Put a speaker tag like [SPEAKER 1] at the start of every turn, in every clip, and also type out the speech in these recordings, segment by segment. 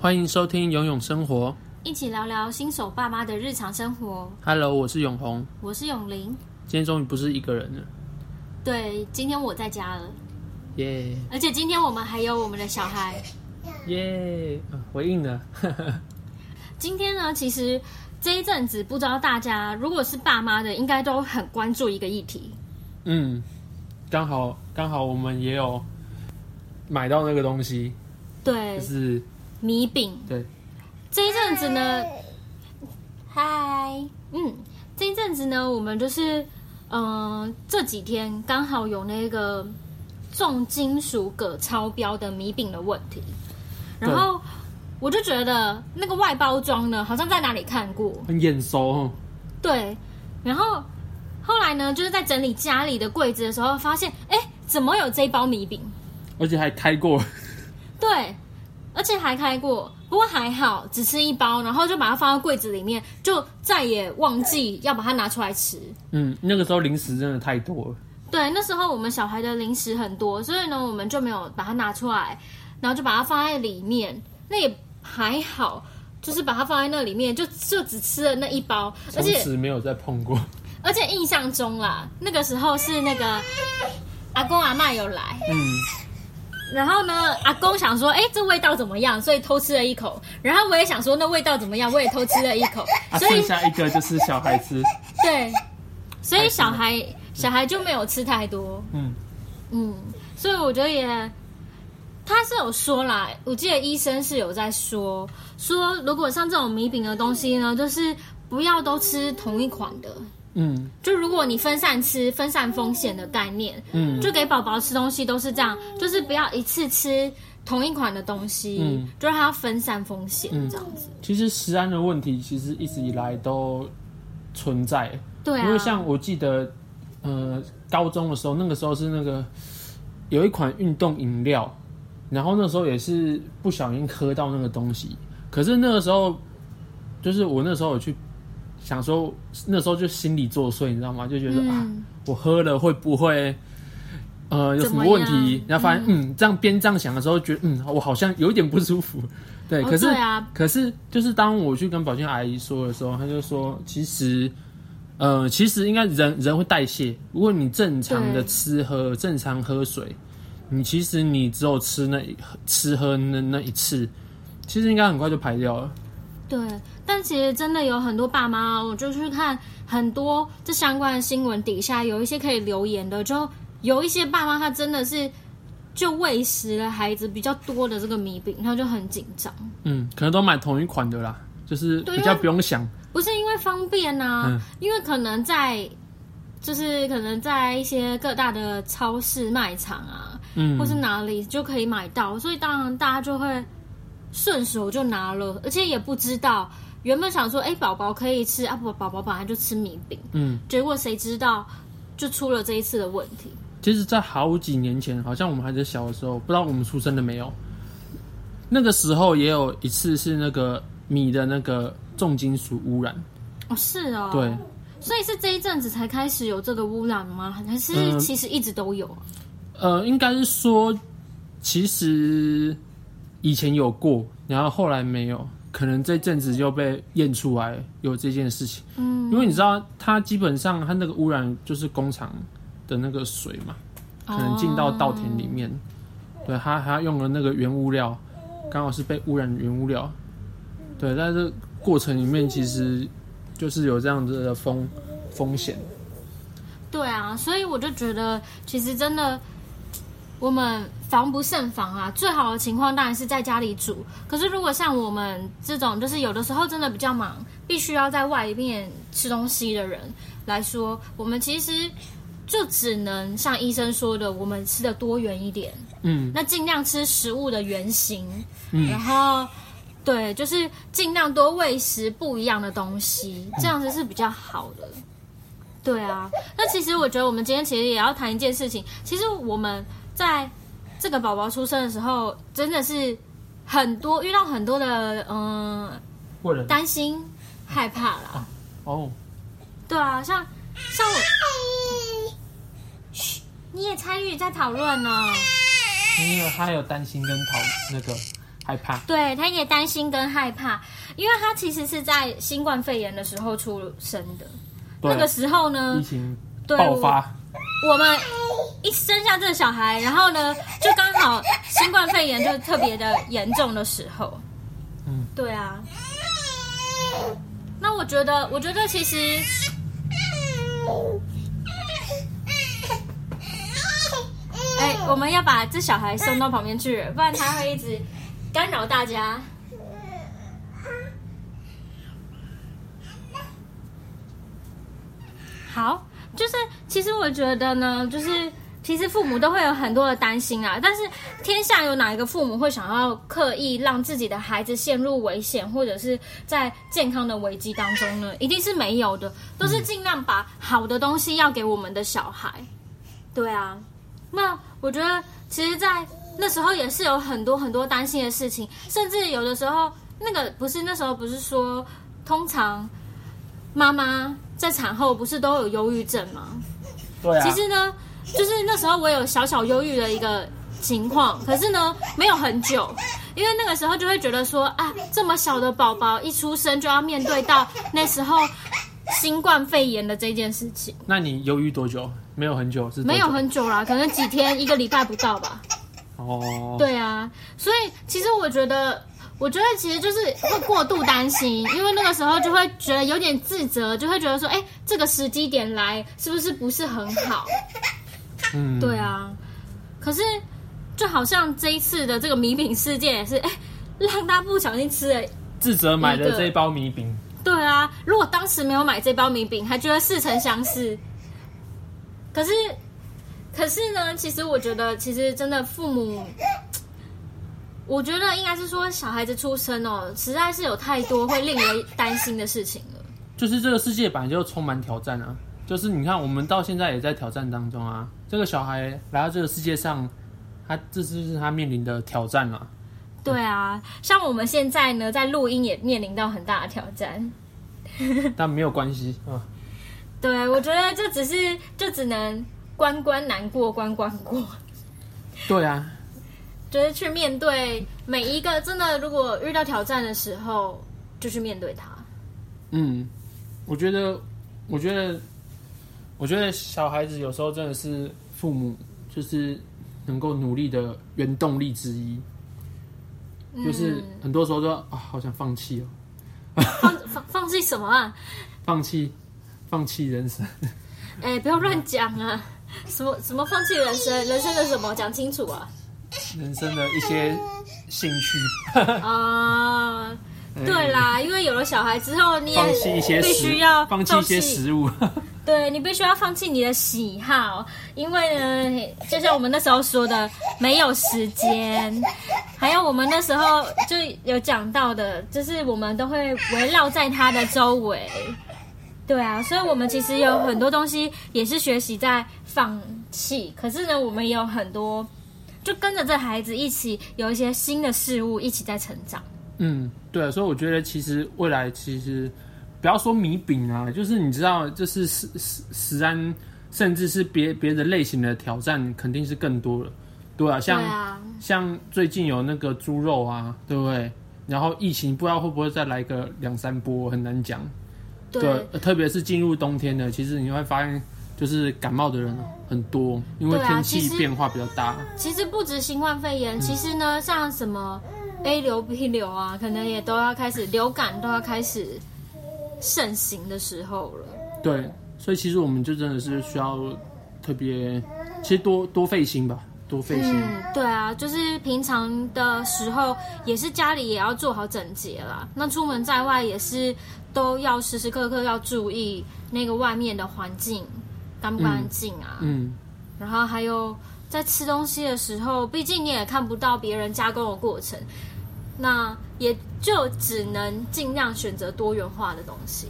[SPEAKER 1] 欢迎收听《永永生活
[SPEAKER 2] 一起聊聊新手爸妈的日常生活。》。
[SPEAKER 1] Hello，我是永红，
[SPEAKER 2] 我是永玲。
[SPEAKER 1] 今天终于不是一个人了，
[SPEAKER 2] 对，今天我在家了，
[SPEAKER 1] 耶
[SPEAKER 2] 而且今天我们还有我们的小孩。
[SPEAKER 1] 耶，啊回应了，
[SPEAKER 2] 今天呢，其实这一阵子不知道大家如果是爸妈的，应该都很关注一个议题。
[SPEAKER 1] 嗯，刚好刚好我们也有买到那个东西，
[SPEAKER 2] 对
[SPEAKER 1] 就，是
[SPEAKER 2] 米饼。
[SPEAKER 1] 对，
[SPEAKER 2] 这一阵子
[SPEAKER 1] 哎
[SPEAKER 2] 呢，
[SPEAKER 3] 嗨，
[SPEAKER 2] 嗯，这一阵子呢，我们就是，嗯、这几天刚好有那个重金属铬超标的米饼的问题，然后我就觉得那个外包装呢，好像在哪里看过，
[SPEAKER 1] 很眼熟哦，
[SPEAKER 2] 对，然后后来呢，就是在整理家里的柜子的时候，发现，哎，怎么有这一包米饼？
[SPEAKER 1] 而且还开过，
[SPEAKER 2] 对，而且还开过，不过还好，只吃一包，然后就把它放到柜子里面，就再也忘记要把它拿出来吃。
[SPEAKER 1] 嗯，那个时候零食真的太多了，
[SPEAKER 2] 对，那时候我们小孩的零食很多，所以呢，我们就没有把它拿出来，然后就把它放在里面。那也还好，就是把它放在那里面，就就只吃了那一包，而
[SPEAKER 1] 从
[SPEAKER 2] 且嗯
[SPEAKER 1] 此没有再碰 过，
[SPEAKER 2] 而且印象中啦，那个时候是那个阿公阿嬷有来，
[SPEAKER 1] 嗯，
[SPEAKER 2] 然后呢，阿公想说，哎，这味道怎么样？所以偷吃了一口。然后我也想说，那味道怎么样？我也偷吃了一口。
[SPEAKER 1] 啊，
[SPEAKER 2] 所
[SPEAKER 1] 剩
[SPEAKER 2] 以
[SPEAKER 1] 下一个就是小孩 子，
[SPEAKER 2] 对，所以小
[SPEAKER 1] 还
[SPEAKER 2] 孩小孩就没有吃太多。
[SPEAKER 1] 嗯，
[SPEAKER 2] 嗯，所以我觉得也，他是有说啦，我记得医生是有在说，说如果像这种米饼的东西呢，就是不要都吃同一款的，
[SPEAKER 1] 嗯
[SPEAKER 2] 就如果你分散吃，分散风险的概念，
[SPEAKER 1] 嗯
[SPEAKER 2] 就给宝宝吃东西都是这样，就是不要一次吃同一款的东西，
[SPEAKER 1] 嗯
[SPEAKER 2] 就让它分散风险
[SPEAKER 1] 嗯
[SPEAKER 2] 这样子。
[SPEAKER 1] 其实食安的问题其实一直以来都存在，
[SPEAKER 2] 对啊，
[SPEAKER 1] 嗯因为像我记得，呃，高中的时候，那个时候是那个有一款运动饮料，然后那时候也是不小心喝到那个东西，可是那个时候就是我那时候有去想说，那时候就心理作祟，你知道吗？就觉得、啊，
[SPEAKER 2] 嗯，
[SPEAKER 1] 我喝了会不会？呃，有什
[SPEAKER 2] 怎么
[SPEAKER 1] 问题
[SPEAKER 2] 样？
[SPEAKER 1] 然后发现，嗯，这样边这样想的时候，觉得，嗯，我好像有点不舒服，对。
[SPEAKER 2] 哦
[SPEAKER 1] 可是
[SPEAKER 2] 对啊，
[SPEAKER 1] 可是，就是当我去跟保健阿姨说的时候，她就说，其实，呃，其实应该人人会代谢。如果你正常的
[SPEAKER 2] 对
[SPEAKER 1] 吃喝，正常喝水，你其实你只有吃那一吃喝那那一次，其实应该很快就排掉了。
[SPEAKER 2] 对，但其实真的有很多爸妈哦，我就去看很多这相关的新闻，底下有一些可以留言的，就有一些爸妈他真的是就喂食了孩子比较多的这个米饼，他就很紧张，
[SPEAKER 1] 嗯，可能都买同一款的啦，就是
[SPEAKER 2] 对啊
[SPEAKER 1] 比较不用想。
[SPEAKER 2] 不是因为方便呐、
[SPEAKER 1] 嗯
[SPEAKER 2] 因为可能在就是可能在一些各大的超市卖场啊，
[SPEAKER 1] 嗯，
[SPEAKER 2] 或是哪里就可以买到，所以当然大家就会顺手就拿了，而且也不知道原本想说，哎、宝宝可以吃啊，不，宝宝本来就吃米饼，
[SPEAKER 1] 嗯，
[SPEAKER 2] 结果谁知道就出了这一次的问题。
[SPEAKER 1] 其实，在好几年前，好像我们还在小的时候，不知道我们出生了没有。那个时候也有一次是那个米的那个重金属污染，
[SPEAKER 2] 哦，是哦，
[SPEAKER 1] 对，，
[SPEAKER 2] 所以是这一阵子才开始有这个污染吗？还
[SPEAKER 1] 嗯
[SPEAKER 2] 是其实一直都有啊？
[SPEAKER 1] 呃，应该是说，其实以前有过，然后后来没有，可能这阵子就被验出来有这件事情。
[SPEAKER 2] 嗯，
[SPEAKER 1] 因为你知道，它基本上它那个污染就是工厂的那个水嘛，
[SPEAKER 2] 哦
[SPEAKER 1] 可能进到稻田里面，对，它它用了那个原物料，刚好是被污染的原物料，对，但是过程里面其实就是有这样子的风风险，
[SPEAKER 2] 对啊，所以我就觉得，其实真的，我们防不胜防啊。最好的情况当然是在家里煮，可是如果像我们这种，就是有的时候真的比较忙，必须要在外面吃东西的人来说，我们其实就只能像医生说的，我们吃的多元一点，
[SPEAKER 1] 嗯
[SPEAKER 2] 那尽量吃食物的原型，
[SPEAKER 1] 嗯
[SPEAKER 2] 然后。对，就是尽量多喂食不一样的东西，这样子是比较好的。对啊，那其实我觉得我们今天其实也要谈一件事情。其实我们在这个宝宝出生的时候，真的是很多遇到很多的嗯、
[SPEAKER 1] 过人
[SPEAKER 2] 担心、害怕啦。
[SPEAKER 1] 哦，
[SPEAKER 2] 对啊，像像我，嘘，你也参与在讨论呢。哦
[SPEAKER 1] 因为他有担心跟讨那个害怕。
[SPEAKER 2] 对，他也担心跟害怕，因为他其实是在新冠肺炎的时候出生的。
[SPEAKER 1] 对
[SPEAKER 2] 那个时候呢
[SPEAKER 1] 疫，情
[SPEAKER 2] 对
[SPEAKER 1] 爆发，
[SPEAKER 2] 我们一生下这个小孩，然后呢，就刚好新冠肺炎就特别的严重的时候。
[SPEAKER 1] 嗯，
[SPEAKER 2] 对啊。那我觉得，我觉得其实哎、我们要把这小孩送到旁边去，不然他会一直干扰大家。好，就是其实我觉得呢，就是其实父母都会有很多的担心啊，但是天下有哪一个父母会想要刻意让自己的孩子陷入危险或者是在健康的危机当中呢？一定是没有的，都是尽量把好的东西要给我们的小孩。对啊，那我觉得，其实，在那时候也是有很多很多担心的事情，甚至有的时候，那个不是那时候不是说，通常妈妈在产后不是都有忧郁症吗？
[SPEAKER 1] 对啊
[SPEAKER 2] 其实呢，就是那时候我有小小忧郁的一个情况，可是呢，没有很久，因为那个时候就会觉得说啊，这么小的宝宝一出生就要面对到那时候新冠肺炎的这件事情。
[SPEAKER 1] 那你忧郁多久？没有很久，是多久
[SPEAKER 2] 没有很久啦，可能几天、一个礼拜不到吧。
[SPEAKER 1] 哦，
[SPEAKER 2] 对啊，所以其实我觉得，我觉得其实就是会过度担心，因为那个时候就会觉得有点自责，就会觉得说，哎，这个时机点来是不是不是很好？
[SPEAKER 1] 嗯，
[SPEAKER 2] 对，啊，可是就好像这一次的这个米饼事件也是，哎，让大家不小心吃了。
[SPEAKER 1] 自责买
[SPEAKER 2] 一
[SPEAKER 1] 的
[SPEAKER 2] 个
[SPEAKER 1] 这一包米饼，
[SPEAKER 2] 对啊，如果当时没有买这包米饼，还觉得似曾相识。可是，可是呢，其实我觉得，其实真的父母，我觉得应该是说小孩子出生哦，实在是有太多会令人担心的事情了。
[SPEAKER 1] 就是这个世界本来就充满挑战啊。就是你看，我们到现在也在挑战当中啊。这个小孩来到这个世界上，他这就是他面临的挑战啊。
[SPEAKER 2] 对啊，像我们现在呢，在录音也面临到很大的挑战。
[SPEAKER 1] 但没有关系， 嗯，
[SPEAKER 2] 对，我觉得这只是就只能关关难过关关过。
[SPEAKER 1] 对啊，
[SPEAKER 2] 就是去面对每一个真的，如果遇到挑战的时候，就去面对它。
[SPEAKER 1] 嗯，我觉得，我觉得，我觉得小孩子有时候真的是父母就是能够努力的原动力之一，就是很多时候都啊，好想放弃哦，
[SPEAKER 2] 放放放弃什么啊？
[SPEAKER 1] 放弃，放弃人生。
[SPEAKER 2] 哎、不要乱讲啊！什么什么放弃人生？人生的什么？讲清楚啊！
[SPEAKER 1] 人生的一些兴趣，
[SPEAKER 2] 啊、对啦，因为有了小孩之后，你 也
[SPEAKER 1] 放弃一些
[SPEAKER 2] 必
[SPEAKER 1] 食，
[SPEAKER 2] 须要
[SPEAKER 1] 放弃一些食物，
[SPEAKER 2] 对你必须要放弃你的喜好，因为呢，就像我们那时候说的，没有时间。还有我们那时候就有讲到的，就是我们都会围绕在它的周围。对啊，所以我们其实有很多东西也是学习在放弃，可是呢，我们也有很多就跟着这孩子一起有一些新的事物一起在成长。
[SPEAKER 1] 嗯，对，所以我觉得其实未来其实不要说米饼啊，就是你知道，就是食食食安，甚至是别别的类型的挑战，肯定是更多了。对啊，
[SPEAKER 2] 对
[SPEAKER 1] 像、
[SPEAKER 2] 啊，
[SPEAKER 1] 像最近有那个猪肉啊，对不对？然后疫情不知道会不会再来个两三波，很难讲。
[SPEAKER 2] 对，
[SPEAKER 1] 呃特别是进入冬天的，其实你会发现，就是感冒的人很多，因为
[SPEAKER 2] 对啊
[SPEAKER 1] 天
[SPEAKER 2] 其
[SPEAKER 1] 气
[SPEAKER 2] 实
[SPEAKER 1] 变化比较大。
[SPEAKER 2] 其实不止新冠肺
[SPEAKER 1] 嗯
[SPEAKER 2] 炎，其实呢，像什么 A 流、B 流啊，可能也都要开始，流感都要开始盛行的时候了。
[SPEAKER 1] 对，所以其实我们就真的是需要特别，其实多多费心吧，多费心。
[SPEAKER 2] 嗯，对啊，就是平常的时候，也是家里也要做好整洁啦。那出门在外也是都要时时刻刻要注意那个外面的环境干不干净啊。
[SPEAKER 1] 嗯，
[SPEAKER 2] 然后还有在吃东西的时候，毕竟你也看不到别人加工的过程，那也就只能尽量选择多元化的东西。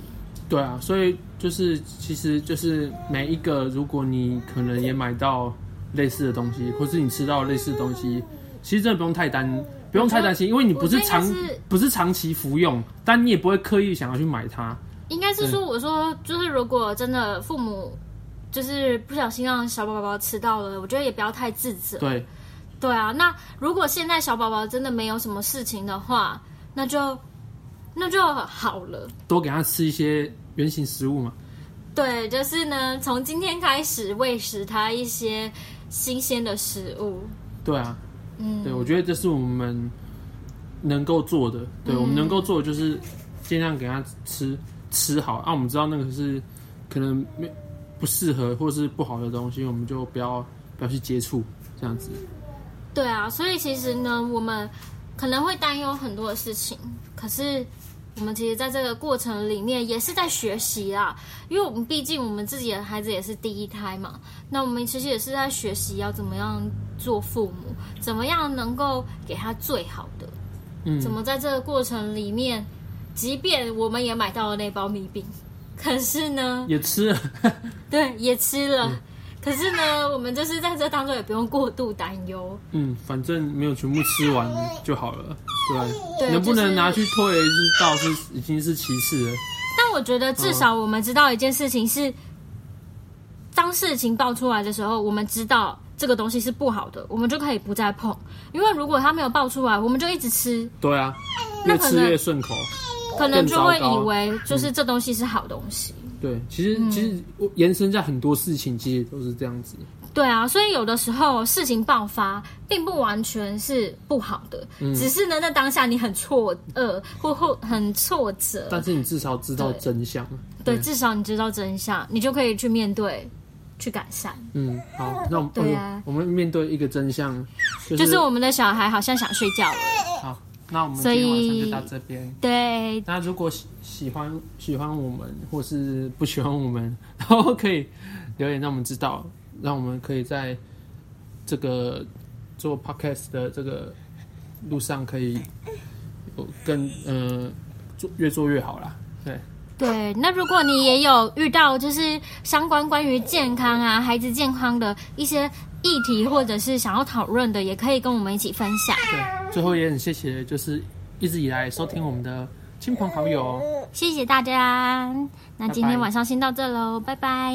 [SPEAKER 1] 对啊，所以就是其实就是每一个，如果你可能也买到类似的东西，或是你吃到类似的东西，其实真的不用太担。不用太担心，因为你不是长
[SPEAKER 2] 我觉得应该是
[SPEAKER 1] 不是长期服用，但你也不会刻意想要去买它。
[SPEAKER 2] 应该是说，我说就是如果真的父母就是不小心让小宝宝吃到了，我觉得也不要太自责。
[SPEAKER 1] 对，
[SPEAKER 2] 对啊，那如果现在小宝宝真的没有什么事情的话，那就那就好了。
[SPEAKER 1] 多给他吃一些原型食物嘛。
[SPEAKER 2] 对，就是呢，从今天开始喂食他一些新鲜的食物。
[SPEAKER 1] 对啊，
[SPEAKER 2] 嗯，
[SPEAKER 1] 对，我觉得这是我们能够做的。对，
[SPEAKER 2] 嗯
[SPEAKER 1] 我们能够做的就是尽量给他吃吃好。啊，我们知道那个是可能没不适合或是不好的东西，我们就不要不要去接触这样子。
[SPEAKER 2] 对啊，所以其实呢，我们可能会担忧很多的事情，可是我们其实在这个过程里面也是在学习啦，因为我们毕竟我们自己的孩子也是第一胎嘛，那我们其实也是在学习要怎么样做父母，怎么样能够给他最好的，
[SPEAKER 1] 嗯，
[SPEAKER 2] 怎么在这个过程里面，即便我们也买到了那包米饼，可是呢，
[SPEAKER 1] 也嗯吃了？
[SPEAKER 2] 对，也吃了。可是呢，我们就是在这当中也不用过度担忧，
[SPEAKER 1] 嗯，反正没有全部吃完就好了。对，
[SPEAKER 2] 对，
[SPEAKER 1] 能不
[SPEAKER 2] 就是
[SPEAKER 1] 能拿去退是倒是已经是其次了。
[SPEAKER 2] 但我觉得至少
[SPEAKER 1] 嗯
[SPEAKER 2] 我们知道一件事情是，当事情爆出来的时候，我们知道这个东西是不好的，我们就可以不再碰。因为如果它没有爆出来，我们就一直吃，
[SPEAKER 1] 对啊，
[SPEAKER 2] 那
[SPEAKER 1] 越
[SPEAKER 2] 可
[SPEAKER 1] 吃
[SPEAKER 2] 能
[SPEAKER 1] 越顺口。
[SPEAKER 2] 可能就会
[SPEAKER 1] 哦更糟
[SPEAKER 2] 以
[SPEAKER 1] 糕嗯
[SPEAKER 2] 为就是这东西是好东西。
[SPEAKER 1] 对，其实、其
[SPEAKER 2] 嗯
[SPEAKER 1] 实我延伸在很多事情其实都是这样子。
[SPEAKER 2] 对啊，所以有的时候事情爆发并不完全是不好的，
[SPEAKER 1] 嗯
[SPEAKER 2] 只是呢，在当下你很错愕或或很挫折，
[SPEAKER 1] 但是你至少知道
[SPEAKER 2] 对
[SPEAKER 1] 真相。
[SPEAKER 2] 对，至少你知道真相，你就可以去面对，去改善。
[SPEAKER 1] 嗯，好，那我们、
[SPEAKER 2] 对啊
[SPEAKER 1] 我们面对一个真相，就是、
[SPEAKER 2] 就是我们的小孩好像想睡觉了，
[SPEAKER 1] 好，那我们
[SPEAKER 2] 所
[SPEAKER 1] 今
[SPEAKER 2] 以
[SPEAKER 1] 天晚上就到这边。
[SPEAKER 2] 对，
[SPEAKER 1] 那如果喜喜欢喜欢我们，或是不喜欢我们，然后可以留言让我们知道，让我们可以在这个做 podcast 的这个路上可以有更呃做越做越好啦。对，
[SPEAKER 2] 对，那如果你也有遇到就是相关关于健康啊、孩子健康的一些议题，或者是想要讨论的，也可以跟我们一起分享。
[SPEAKER 1] 对，最后也很谢谢，就是一直以来收听我们的亲朋好友。哦
[SPEAKER 2] 谢谢大家，那今
[SPEAKER 1] 拜拜
[SPEAKER 2] 天晚上先到这喽，拜拜